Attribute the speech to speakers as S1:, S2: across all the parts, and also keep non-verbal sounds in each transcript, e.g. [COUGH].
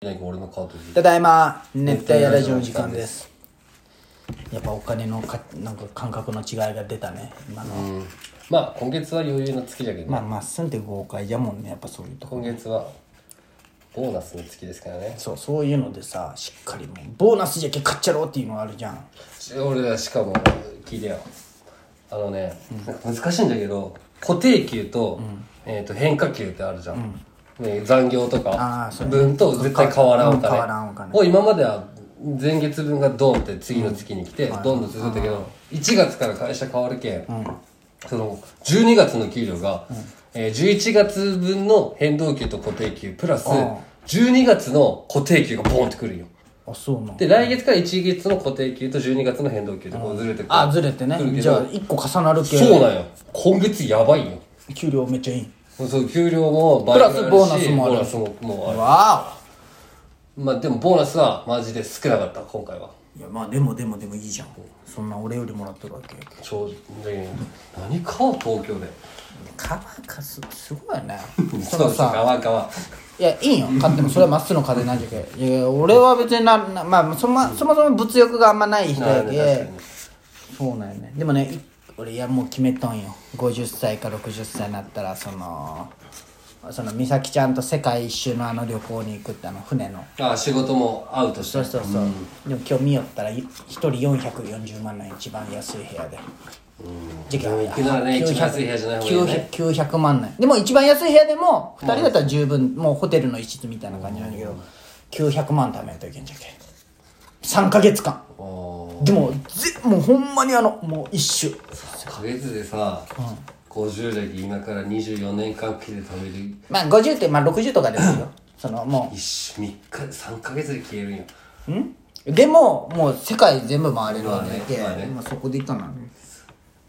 S1: な俺のカートに
S2: ただいま熱帯夜ラジオの時間ですやっぱお金のかなんか感覚の違いが出たね今の、
S1: うんまあ今月は余裕の月だけど、
S2: まあまっすんって豪快じゃもんねやっぱそういうとこ
S1: 今月はボーナスの月ですからね
S2: そうそういうのでさしっかりもうボーナスじゃけ買っちゃろうっていうのがあるじゃん
S1: 俺らしかも聞いてよあのね、難しいんだけど固定給と,、えー、と変化給ってあるじゃん、ね、残業とか
S2: あーそうね
S1: 分と絶対変わらんお金,、
S2: うん変わらんお金
S1: を今までは前月分がドンって次の月に来て、どんどん続いたけど1月から会社変わるけん、その12月の給料が、えー11月分の変動給と固定給プラス
S2: ん
S1: 12月の固定給がボンってくるんよ、
S2: あそうなの
S1: で来月から1月の固定給と12月の変動給とこうずれてくる
S2: あずれてね
S1: 来るけど
S2: じゃあ1個重なるけ
S1: そうなんよ今月やばいよ
S2: 給料めっちゃいい
S1: そう給料も倍
S2: プラスボーナスもある
S1: ボーナスももうある
S2: わ
S1: まあでもボーナスはマジで少なかった今回は
S2: おいやまあでもでもでもいいじゃんそんな俺よりもらってるわけやけど
S1: 正直何か東京で
S2: 川かすすごいよ [LAUGHS] ね
S1: そうそうかわかわ
S2: いや、いいよ。買っても、それはまっすぐの風なんじゃけ。いや、俺は別にな、なまあ、そも、そもそも物欲があんまない人や
S1: なるね確
S2: け
S1: かに。
S2: そうなんよね。でもね、い俺、いや、もう決めとんよ。50歳か60歳になったら、その、その、美咲ちゃんと世界一周のあの旅行に行くって、あの、船の。
S1: あ仕事もアウトし
S2: そう
S1: た
S2: そうそう。でも今日見よったら、い一人440万の一番安い部屋で。時間
S1: 行くならね一番安い部屋じゃない方がいいよね
S2: 900 900万円でも一番安い部屋でも2人だったら十分、もうホテルの一室みたいな感じなんだけど、900万貯めんといけんじゃけ3ヶ月間
S1: おー
S2: でもぜもうほんまにあのもう一周
S1: ヶ月でさ、50代今から24年間期で食べる
S2: まあ50って、まあ、60とかですよそのも
S1: 一週3日3ヶ月で消えるんよ
S2: うんでももう世界全部回れるわけで、
S1: まあねまあね
S2: まあそこでいいかな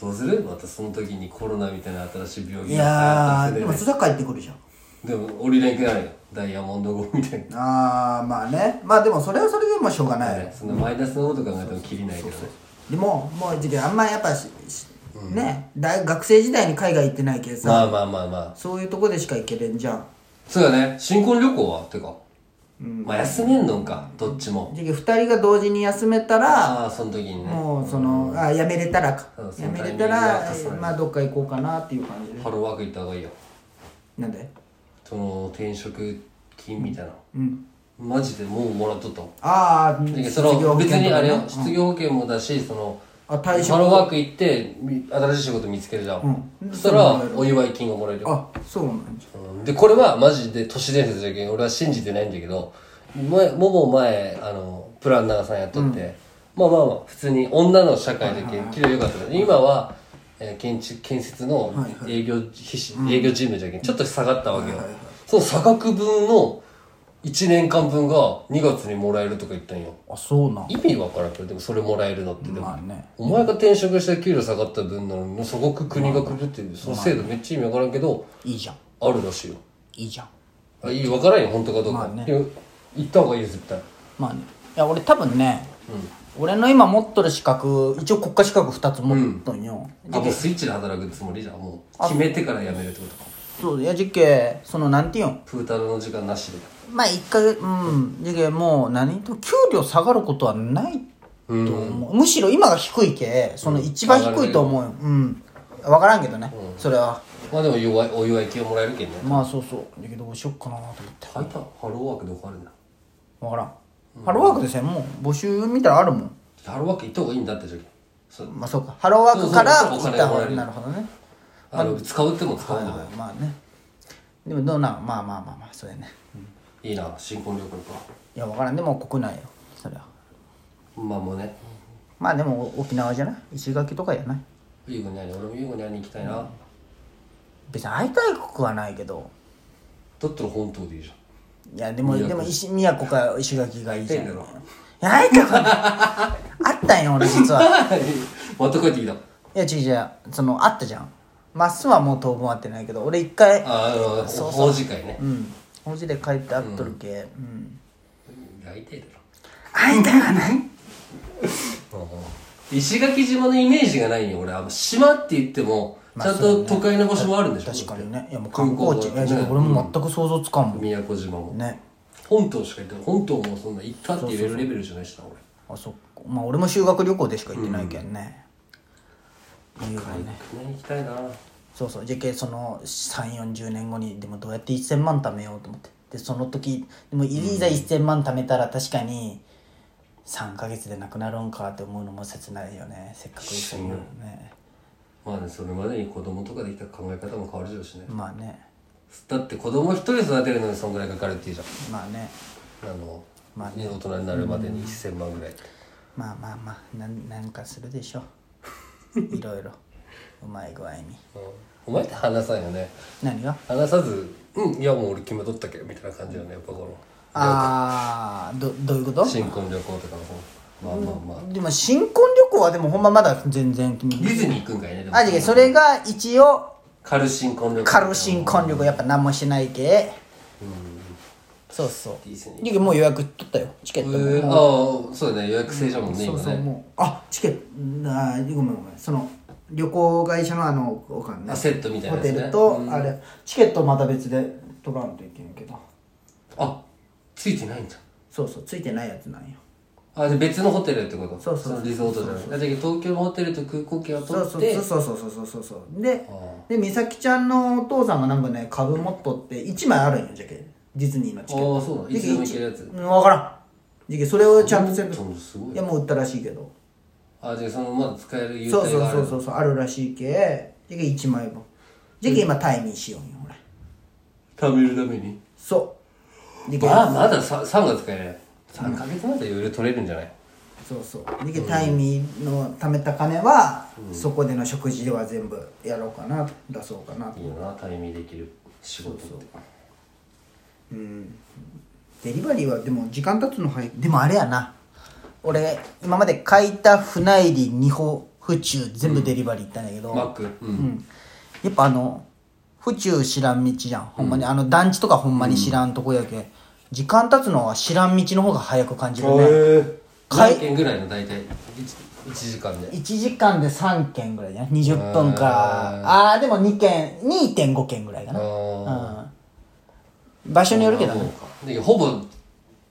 S1: どうするまたその時にコロナみたいな新しい病気
S2: い
S1: が
S2: や
S1: 流
S2: ーで
S1: 行っ
S2: も
S1: たりす
S2: 津田帰ってくるじゃん
S1: るよねでも降りれんくなるよダイヤモンド号みたいな
S2: ああまあねまあでもそれはそれでもしょうがない、
S1: そんなマイナスのこと考えてもきりないけどね
S2: でももうちょっとあんまやっぱし、しね大学生時代に海外行ってないけどさ、
S1: まあまあまあまあ
S2: そういうとこでしか行けれんじゃん
S1: そうだね新婚旅行はてか、まあ休めんのんかどっちも
S2: じゃけ2人が同時に休めたら
S1: ああその時にね
S2: もうその、あやめれたらか、
S1: うんそ
S2: や
S1: の
S2: めれたら
S1: タイミングが重なる
S2: まあどっか行こうかなっていう感じで
S1: ハローワーク行った方がいいよ
S2: なんで
S1: その転職金みたいな、
S2: うん
S1: マジでもうもらっとったもん
S2: ああ
S1: だけどその別にあれよ
S2: ね
S1: 失業保険もだしその
S2: あ退職
S1: ハローワーク行ってみ新しい仕事見つけるじゃん、
S2: うん
S1: そしたらお祝い金がもらえるよ、
S2: あそうなんじゃ
S1: うんでこれはマジで都市伝説だけど俺は信じてないんだけど前もも前あのプランナーさんやっとって、まあまあまあ普通に女の社会で給料良かったから今は、えー建築建設の営業,、営業事務じゃけんちょっと下がったわけよ、その差額分の1年間分が2月にもらえるとか言ったんよ
S2: あそうなん
S1: 意味わからんけどでもそれもらえるのってでも、
S2: まあね
S1: お前が転職して給料下がった分なのに祖国国が来るっていうその制度めっちゃ意味わからんけど
S2: いいじゃん
S1: あるらしいよ
S2: いいじゃん
S1: あいい分からんよ本当かどう
S2: まあ
S1: か、
S2: ね
S1: いや行った方がいいよ絶対
S2: まあねいや俺多分ね、俺の今持っとる資格一応国家資格2つ持っとんよ、
S1: あもうスイッチで働くつもりじゃんもう決めてから辞めるってことか
S2: そういやじっけそのなんていうん
S1: プータロの時間なしで
S2: まあ一回うんじっけもう何と給料下がることはないと思う、むしろ今が低いけその一番低いと思うようん分からんけどね、それは
S1: まあでも祝いお祝い金をもらえるけんね
S2: まあそうそうだけどどうしよっかなと思って
S1: 大体ハローワークどこあるんだ
S2: 分からん、ハローワークでさもう募集見たらあるもん
S1: ハローワーク行った方がいいんだってじゃけそう
S2: まあそうかハローワークから
S1: そうそうそうお
S2: 行
S1: 金
S2: った方
S1: もらえ
S2: が
S1: る
S2: なるほどね
S1: あの使うっても使うんだね
S2: まあねでもどうなんまあまあまあまあそうやね
S1: いいな新婚旅行か
S2: いや分からんでも国内よそれは
S1: まあもうね
S2: まあでも沖縄じゃない石垣とかじゃない
S1: 優子に会いに俺も優子に会いに行きたいな、
S2: 別に会いたい国はないけど
S1: だったら本当でいいじゃん
S2: いやでもでも石宮古か石垣がいいじゃんい
S1: 行
S2: や
S1: ってんだろ
S2: 会いたくないあったんよ俺実は
S1: また帰ってきた
S2: いや違う違うそのあったじゃんまっすーはもう当分会ってないけど俺一回
S1: ああの法事会ね
S2: うんおじで帰って会っとるけ、うん、
S1: 大体だろ
S2: 会いたくない
S1: 石垣島のイメージがないよ俺あの島って言ってもちゃんと都会の場所もあるんでしょ、
S2: 確かにねいやもう観光地
S1: 空
S2: い
S1: 港
S2: や
S1: も
S2: じゃあ俺も全く想像つかんもん、
S1: 宮古島も、
S2: ね
S1: 本島しか行ってない本島もそんな行ったって言えるレベルじゃないしな俺
S2: あそっかまあ俺も修学旅行でしか行ってないけんね、いいよね
S1: 国に行きたいな
S2: そうそうじゃけその3 4 0年後にでもどうやって1000万貯めようと思ってでその時でもいざ1000万貯めたら確かに3か月でなくなるんかって思うのも切ないよねせっかく1000万ね
S1: まあねそれまでに子供とかできたら考え方も変わるでしょうしね
S2: まあね
S1: だって子供一人育てるのにそんぐらいかかるっていうじゃ
S2: まあね
S1: んあの、
S2: まあ
S1: ね、大人になるまでに1000万ぐらい
S2: まあまあまあなんなんかするでし [LAUGHS] ょいろいろうまい具合
S1: う
S2: に
S1: んお前って話さんよね
S2: 何が
S1: 話さず「うんいやもう俺決めとったけど」みたいな感じよねやっぱこの
S2: ああどどういうこと
S1: 新婚旅行とかの方まあまあまあ、
S2: でも新婚旅行はでもほんままだ全然君
S1: ディズニー行くんかいねでも
S2: あじゃけそれが一応
S1: 軽新婚旅行
S2: 軽新婚旅行やっぱ何もしないけそうそうじゃけもう予約取ったよチケットも、
S1: えーああそうだね予約制じゃもんね、
S2: そう
S1: 今
S2: そう
S1: ね
S2: もうあチケットあーごめんごめんその旅行会社のあのお金ね
S1: あセットみたいな
S2: ホ
S1: やつね
S2: テルと、あれチケットまた別で取らんといけんけど
S1: あついてないんだ
S2: そうそうついてないやつなんよ
S1: あで別のホテルってこと
S2: そうそう
S1: のリゾートじゃないだけど東京のホテルと空港券を
S2: そ
S1: 取
S2: う
S1: っ
S2: そう
S1: て
S2: そうそうそうそうそうそうでで美咲ちゃんのお父さんがなんかね株持っとって1枚あるんよじゃけディズニーのチケット
S1: ああそうだいつでも行けるやつ
S2: 分からんじゃけそれをちゃんと全部
S1: うんすごい
S2: いやもう売ったらしいけど
S1: あじゃあそのまだ使える優
S2: そう
S1: 待
S2: そう
S1: がある
S2: そうそうそうあるらしいけじゃけ1枚分じゃけ今タイにしようよ俺
S1: 貯めるために
S2: そうでけ
S1: まあまだ 3, 三月かね3ヶ月まで余裕取れるんじゃない、
S2: そうそうでけタイミーの貯めた金は、そこでの食事は全部やろうかな出そうかなと
S1: いいよなタイミングできる仕事って
S2: デリバリーはでも時間経つの早いでもあれやな俺今まで書いた船入り二歩府中全部デリバリー行ったんだけど、
S1: マックうん、
S2: うんやっぱあの府中知らん道じゃんほんまに、あの団地とかほんまに知らんとこやけ、時間経つのは知らん道の方が早く感じるね、
S1: 何件ぐらいの大体 1, 時間で
S2: 1時間で3件ぐらいじゃない20分かあーでも2件2.5件ぐらいか
S1: あ
S2: な、
S1: あ
S2: うん、場所によるけどね
S1: でほぼ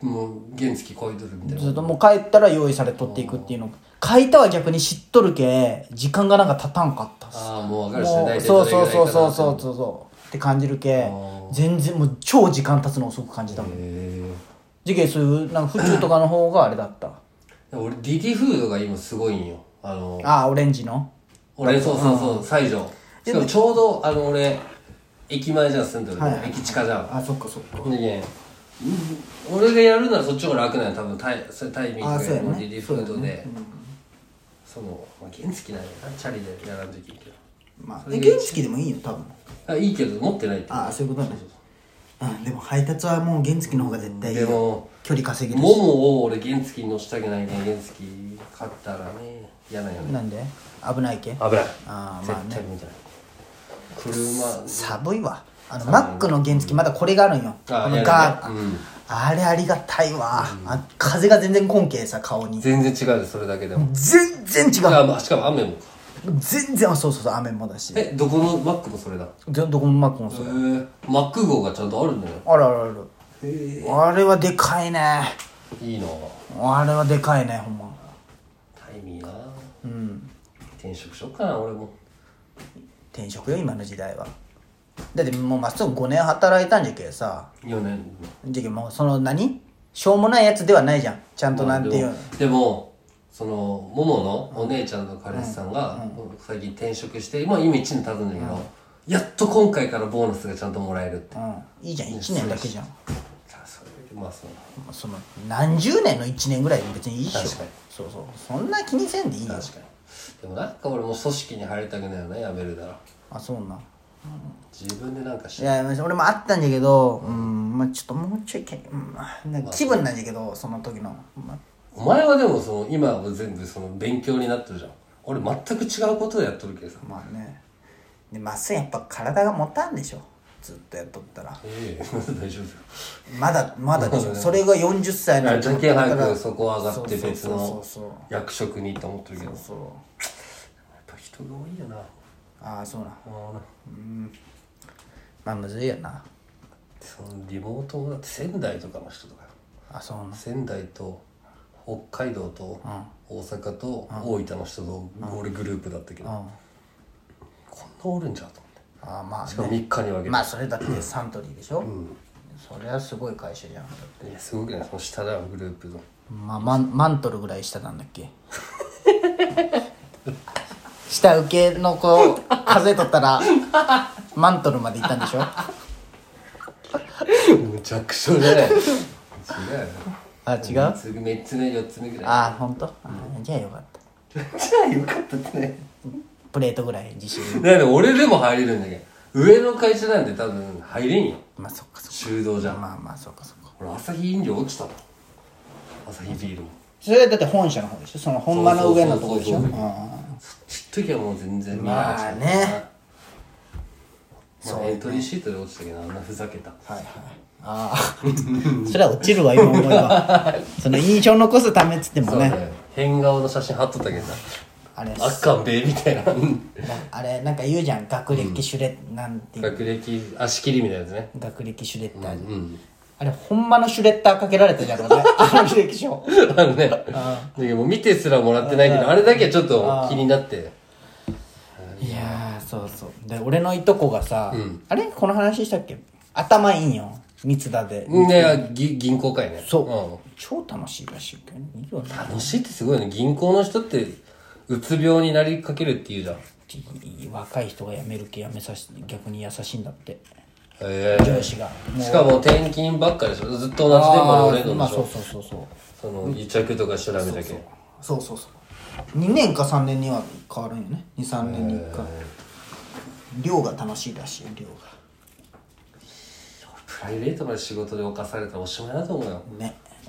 S1: もう原付超えとるみたい
S2: ず
S1: な
S2: っともう帰ったら用意されとっていくっていうの書いたは逆に知っとるけ時間がなんか経たんかったっす
S1: ああもう分かるしね
S2: もう
S1: 大体
S2: そうそう
S1: れぐ
S2: そう
S1: らいか
S2: そ
S1: な
S2: う
S1: って
S2: そうそうそうって感じるけ全然もう超時間経つの遅く感じたもん
S1: へ
S2: 次元そういうなんか府中とかの方があれだった
S1: え俺ディディフードが今すごいんよあの
S2: ああオレンジの
S1: 俺そうそうそう西条しかもちょうどあの俺駅前じゃん住んでるの、
S2: はい
S1: 駅近じゃん
S2: あそっかそっか
S1: でねうん俺がやるならそっちの方が楽なの多分タイそれタイミン
S2: あ
S1: グ
S2: そう
S1: で
S2: やね
S1: もうリリーフードで、その、まあ、原付なんやなチャリでやらんといけんけど
S2: まあえ原付でもいいよ多分
S1: あいいけど持ってないって
S2: ああそういうことねうんでも配達はもう原付の方が絶対いい
S1: で
S2: よ
S1: も
S2: 距離稼げる
S1: も
S2: し
S1: もを俺原付に乗したくないね原付買ったらね嫌なんよね
S2: なんで危ないけ
S1: 危ない
S2: あーまあ
S1: 絶
S2: ね
S1: 対無理じゃない車
S2: 寒いわあのマックの原付まだこれがあるんよ
S1: あ
S2: こ
S1: い
S2: の
S1: や
S2: ガー、
S1: いやうん
S2: あれありがたいわ、あ風が全然こんけえさ顔に
S1: 全然違うでそれだけでも
S2: 全然違う
S1: あまあしかも雨も
S2: 全然あそうそうそう雨もだし
S1: えどこのマックもそれだへ
S2: どどこもマックも
S1: え
S2: そう
S1: マック号がちゃんとあるんだよ
S2: あるあるあるあれはでかいね
S1: いいな
S2: あれはでかいねほんま
S1: タイミーなうん転職しよっかな俺も
S2: 転職よ今の時代はだってもうまっすぐ5年働いたんじゃけさ
S1: 4年
S2: じゃけもうその何しょうもないやつではないじゃんちゃんと
S1: ま
S2: な
S1: あ
S2: んていう、
S1: でもでもそのもものお姉ちゃんの彼氏さんが、最近転職して今今1年経つんだけど、やっと今回からボーナスがちゃんともらえるって
S2: うん、いいじゃん1年だけじゃん
S1: さあそれまあそう
S2: その何十年の1年ぐらいで別にいいっしょ
S1: 確かに
S2: そうそうそんな気にせんでいいよ
S1: 確かにでもなんか俺もう組織に入りたくないよね辞めるなら
S2: あそうなん
S1: 自分でなんかし
S2: いや俺もあったんだけどうんまあちょっともうちょいけ、うんまあ、なんか気分なんだけどその時の、まあ
S1: お前はでもその今は全部その勉強になってるじゃん俺全く違うことをやっとるけどさ
S2: まあねでまっすぐやっぱ体が持たんでしょずっとやっとったら
S1: ええ大丈夫ですよ
S2: まだまだでしょそれが40歳になっちゃ
S1: だ
S2: っ
S1: け
S2: たか
S1: 早
S2: ら
S1: くそこ上がって別
S2: そう
S1: の
S2: そうそう
S1: 役職にと思ってるけどやっ
S2: そうそう
S1: ぱ人が多いよな
S2: ああそうなん
S1: あ
S2: まあむずいよな
S1: そのリモートだって仙台とかの人とかよ
S2: あそうなん
S1: 仙台と北海道と
S2: うん
S1: 大阪と大分の人と俺グループだったけど、
S2: うん
S1: こんなおるんじゃと思って
S2: あま
S1: し
S2: あ
S1: かも
S2: ね
S1: 3日に分けて、
S2: まあそれだってサントリーでしょ、
S1: うん
S2: それはすごい会社じゃん
S1: いやすごくないその下だよグループの
S2: まあマンマントルぐらい下なんだっけ [LAUGHS] 下請けの子風取ったらマントルまで行ったんでしょ
S1: [LAUGHS] むちゃくちゃじゃない違
S2: あ違
S1: う
S2: う
S1: よすぐ3つ目4つ目ぐらい
S2: あ本当あじゃあよかった
S1: じゃあよかったってね
S2: プレートぐらい自信
S1: だから俺でも入れるんだけど上の会社なんて多分入れんよ
S2: まあそっかそっ
S1: 修道じゃ
S2: か
S1: ん
S2: まあまあそっかそっか
S1: 俺朝日飲料落ちたの朝日ビールも
S2: それはだって本社の方でしょその本場の上のとこでし
S1: そ
S2: ょ
S1: ううそ
S2: ん
S1: うそうちっときはもう全然
S2: まあね
S1: まあエントリーシートで落ちたけどあんなふざけた
S2: はいはいああそれは落ちるわ今思えばその印象残すためっつっても
S1: そう
S2: ね
S1: ね変顔の写真貼っとったけどさ
S2: あれ
S1: あっかんべみたいな
S2: あれなんか言うじゃん学歴シュレ、なんていう
S1: 学歴足切りみたいなやつね
S2: 学歴シュレッダー、
S1: うん
S2: あれほんまのシュレッダーかけられたじゃん俺あの履歴書
S1: [LAUGHS] あのねだけどもう見てすらもらってないけどあれだけはちょっと気になって
S2: いやーそうそうで俺のいとこがさ、あれこの話したっけ頭いいんよ三田で、
S1: ねぎ銀行会ね
S2: そう、超楽しいらしいけどいいよね
S1: ん楽しいってすごいよね銀行の人ってうつ病になりかけるっていうじゃんへ
S2: 若い人が辞める気辞めさし逆に優しいんだって
S1: え
S2: 上司がもう
S1: しかも転勤ばっかでしょずっと同じでも俺の
S2: ま
S1: でし
S2: あそう
S1: ょ
S2: そうそうそう
S1: その癒着とか調べたけど
S2: そうそうそう2年か3年には変わるんよね23年に1回寮が楽しいらしいよ寮が
S1: プライベートまで仕事で侵されたらおしまいだと思うよ
S2: ね